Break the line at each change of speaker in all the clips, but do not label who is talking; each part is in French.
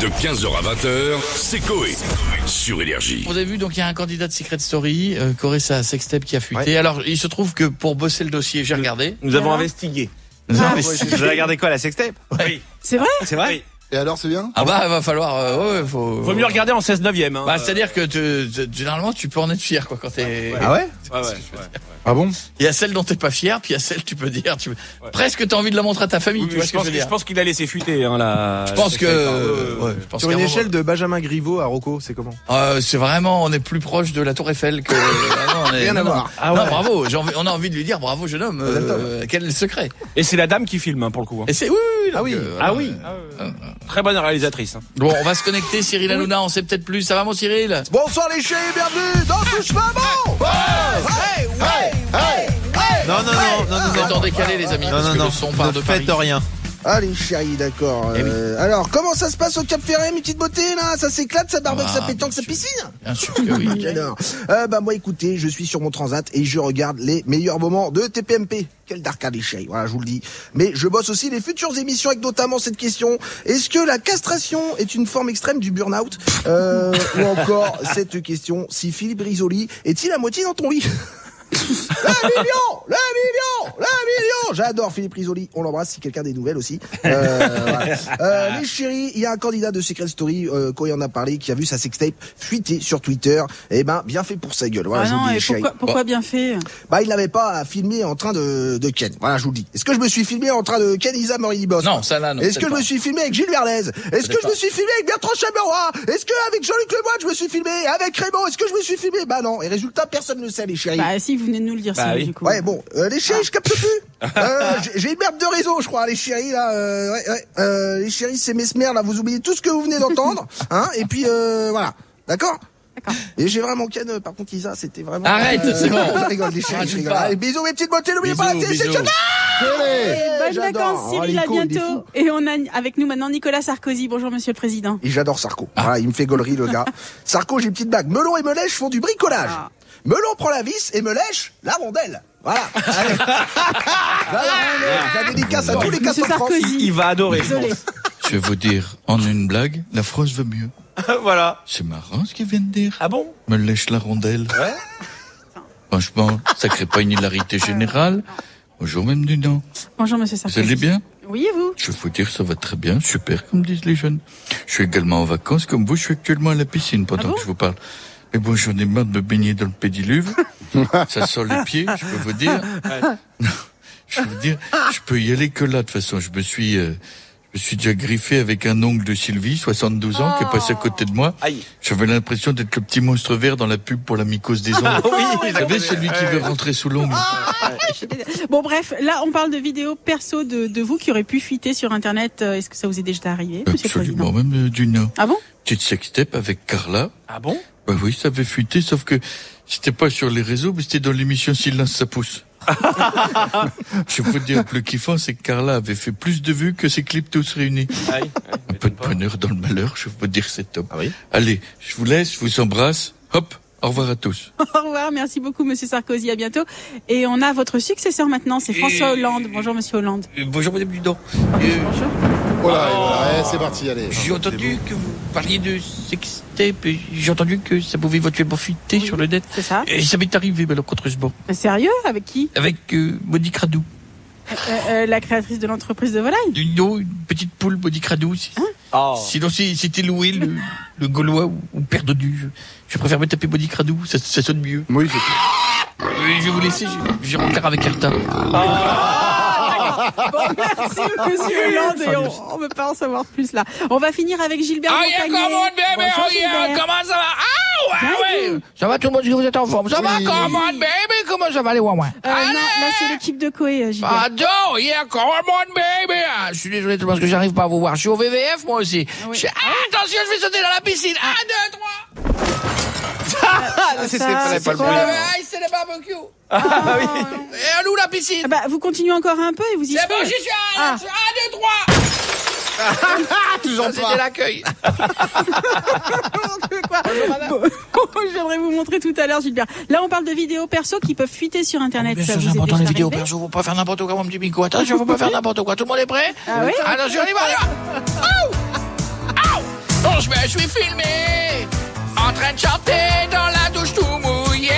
De 15h à 20h, c'est Coé. Sur Énergie.
Vous avez vu, donc il y a un candidat de Secret Story, euh, Coressa Sextep, qui a fuité. Alors, il se trouve que pour bosser le dossier, j'ai regardé. Ah,
Nous avons investigué.
Nous avons-
Vous avez regardé quoi, la sextape
Oui.
C'est vrai
C'est vrai
Et alors, c'est bien
Ah bah, il va falloir... euh, ouais, faut...
Vaut mieux regarder en 16 neuvième. Hein.
Bah, c'est-à-dire que tu- tu- généralement, tu peux en être fier, quoi, quand t'es...
ouais
Ouais, ouais, ouais.
Ah bon
Il y a celle dont t'es pas fier, puis il y a celle tu peux dire... Tu... Presque t'as envie de la montrer à ta famille,
Oui,
tu
mais
vois
je,
ce que je
pense,
veux
que- je
dire
pense qu'il a laissé fuiter hein, la.
Je
la
pense que...
sextape, hein. Euh,
ouais, je pense
Sur une
qu'à un
échelle de Benjamin Griveaux à Rocco, c'est comment
moment- Euh, c'est vraiment, on est plus proche de la Tour Eiffel que... Vraiment, on est-
Rien à
non, non.
voir.
Ah
non,
ouais.
bravo, j'ai envie- on a envie de lui dire bravo jeune homme, euh, quel est le secret
Et c'est la dame qui filme hein, pour le coup. hein.
Et c'est oui, oui,
Ah
donc,
oui.
euh,
Ah oui.
euh,
Très bonne réalisatrice. hein.
Bon, on va se connecter, Cyril Hanouna, on sait peut-être plus. Ça va, mon Cyril
Bonsoir les chéris, bienvenue dans Touche pas bon Ouais Ouais Ouais
Non, non, non, non,
Vous êtes en
Ah, non, non.
décalé, les amis,
Non,
parce
non,
que
non,
le son part de
ne faites
Paris.
rien.
Allez chérie, d'accord.
Eh oui.
Euh, alors, comment ça se passe au Cap Ferré, mes petites beautés là Ça s'éclate, ça barbeque,
Ah,
ça
bien
pétanque, ça
sûr. Ah,
piscine
Bien sûr que oui.
J'adore. Euh, bah moi, écoutez, je suis sur mon transat et je regarde les meilleurs moments de TPMP. Quel darka les chéris, voilà, je vous le dis. Mais je bosse aussi les futures émissions avec notamment cette question est-ce que la castration est une forme extrême du burn-out Euh, Ou encore cette question si Philippe Risoli est-il à moitié dans ton lit le million Le million Le million J'adore Philippe Risoli. On l'embrasse si quelqu'un a des nouvelles aussi. Euh, voilà. Euh, les chéris, il y a un candidat de Secret Story, euh, quand il en a parlé, qui a vu sa sextape fuiter sur Twitter. Eh ben, bien fait pour sa gueule. Voilà,
Ah
je vous
non,
le dis,
et
les chéris.
pourquoi, pourquoi bien fait
Bah, il n'avait pas à filmer en train de, de Ken. Voilà, je vous le dis. Est-ce que je me suis filmé en train de Ken Isa Morini Boss
Non, ça là, non.
Est-ce que
peut-être
je me
pas.
suis filmé avec Gilles Verdez Est-ce que je
pas.
me suis filmé avec Bertrand Chameroy Est-ce que avec Jean-Luc Lemoyne je me suis filmé Avec Raymond, est-ce que je me suis filmé Bah non. Et résultat, personne ne sait, les chéris.
Bah si, vous venez de nous le dire
Bah
ça,
oui.
du coup.
Ouais, bon, euh, les
Ah.
chéris, je capte plus. Euh, j'ai- J'ai une merde de réseau, je crois, les chéris, là. euh, ouais, ouais, euh, les chéris, c'est mesmer, là. Vous oubliez tout ce que vous venez d'entendre. Hein, et puis, euh, voilà. D'accord
D'accord.
Et j'ai vraiment ken, euh, par contre, Isa, c'était vraiment... euh,
Arrête, c'est bon.
Je rigole, les chéris,
Rajoute
je rigole.
pas.
Allez, bisous, mes petites beautés, n'oubliez
Bisous,
bah,
pas la télé, c'est
bisous.
le
Bonnes
Oh,
vacances, Cyril, à bientôt. Et on a avec nous maintenant Nicolas Sarkozy. Bonjour, monsieur le président.
Et j'adore Sarko.
Ah.
Voilà, il me fait gaulerie, le gars. Sarko, j'ai une petite bague. Melon et Melèche font du bricolage.
Ah.
Melon prend la vis et Melèche la rondelle. Voilà. Allez. Voilà, la dédicace à tous les 400
Monsieur
francs.
Il,
Sarkozy.
il va adorer. je
Désolé.
Je vais vous dire, en une blague, la France va mieux.
pense. voilà.
C'est marrant ce qu'il vient de dire.
Ah bon
Me lèche la rondelle.
Ouais.
Franchement, ça crée pas une hilarité générale. Bonjour, même du nom.
Bonjour, monsieur
Vous
Sarkozy.
allez bien
Oui, et vous
Je vais vous dire, ça va très bien, super, comme disent les jeunes. Je suis également en vacances, comme vous, je suis actuellement à la piscine pendant
Ah bon
que je vous parle. Mais bon, j'en ai marre de me baigner dans le pédiluve. ça sent les pieds, je peux vous dire. je peux vous dire, je peux y aller que là, de toute façon. Je me suis, euh, je me suis déjà griffé avec un ongle de Sylvie, 72 ans, qui est
Oh.
passé à côté de moi.
Aïe.
J'avais l'impression d'être le petit monstre vert dans la pub pour la mycose des ongles.
Ah oui,
Vous savez, celui qui veut rentrer sous l'ongle.
Ah, Bon, bref, là, on parle de vidéos perso de, de vous qui auraient pu fuiter sur Internet. Euh, Est-ce que ça vous est déjà arrivé, monsieur
Absolument,
le président
même euh, du Nord.
Ah bon
Petite sextape avec Carla.
Ah bon
Bah oui, ça avait fuité, sauf que c'était pas sur les réseaux, mais c'était dans l'émission Silence ça pousse. Je peux dire que le kiffant, c'est que Carla avait fait plus de vues que ses clips tous réunis.
Aïe. Ah,
Un peu de bonheur dans le malheur, je peux dire cet homme.
Ah oui
Allez, je vous laisse, je vous embrasse. Hop, au revoir à tous.
Au revoir, merci beaucoup, monsieur Sarkozy, à bientôt. Et on a votre successeur maintenant, c'est François Hollande. Bonjour, monsieur Hollande.
Euh, bonjour, madame Dudon. Euh,
Bonjour.
Voilà, et voilà, eh, c'est parti, allez.
Ah,
J'ai entendu que vous parliez de sextape, et j'ai entendu que ça pouvait éventuellement fuiter sur le net.
C'est ça
Et ça m'est arrivé malheureusement
Mais Sérieux Avec qui
avec euh, Monique Radou.
Euh, euh, La créatrice de l'entreprise de volaille
Dudon, une petite poule Monique Radou. c'est-
Hein
Oh.
Sinon, si- c'était loué le, le Gaulois ou, ou perdu. Je, je préfère me taper Bonnie Cradou, ça, ça sonne mieux.
Oui, c'est-
Euh, je vais vous laisser, je, je rentre avec Erta.
Bon, merci Monsieur Hollande et on, on veut pas en savoir plus là. On va finir avec Gilbert Montagnier. Bonjour, Gilbert.
hein, comment ça va Ah
ouais, ouais.
Ça va tout le monde, est-ce que vous êtes en forme Ça va,
Oui.
comment on, baby Comment ça va les Wawins
Euh, non, là c'est l'équipe de Coé, euh, Gilbert.
Pardon, yeah, come on, baby Ah, Je suis désolé tout le monde, parce que j'arrive pas à vous voir. Je suis au VVF, moi aussi.
oui.
Je- Ah, attention, je vais sauter dans la piscine. Un, deux, trois
Ça,
c'est- c'est pas le
c'est
bruit,
quoi
là.
Ah, c'est le barbecue Et
Ah,
elle où la piscine
ah, bah, vous continuez encore un peu et vous y
C'est
serez.
bon, j'y suis
Ah.
Un, deux, trois
toujours
C'était l'accueil
Quoi Bon, J'aimerais vous montrer tout à l'heure, Gilbert. Là, on parle de vidéos perso qui peuvent fuiter sur Internet.
Bien
ça
sûr,
vous
Ah, c'est
est
important
déjà
les vidéos
arrivé
perso, faut pas faire n'importe quoi, mon petit Mico. Attention, faut pas faire n'importe quoi. Tout le monde est prêt
Ah oui
Attention, on y va, on y va Ouh Ouh Oh, je suis filmé en train de chanter dans la douche tout mouillé.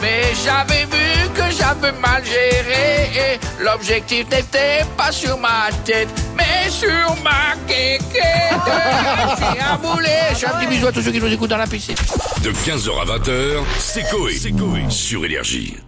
Mais j'avais vu que j'avais mal géré. L'objectif n'était pas sur ma tête, mais sur ma kéké. C'est un boulet. Je fais un petit bisou à tous ceux qui nous écoutent dans la piscine.
De 15h à 20h, c'est Coé. Sur Énergie.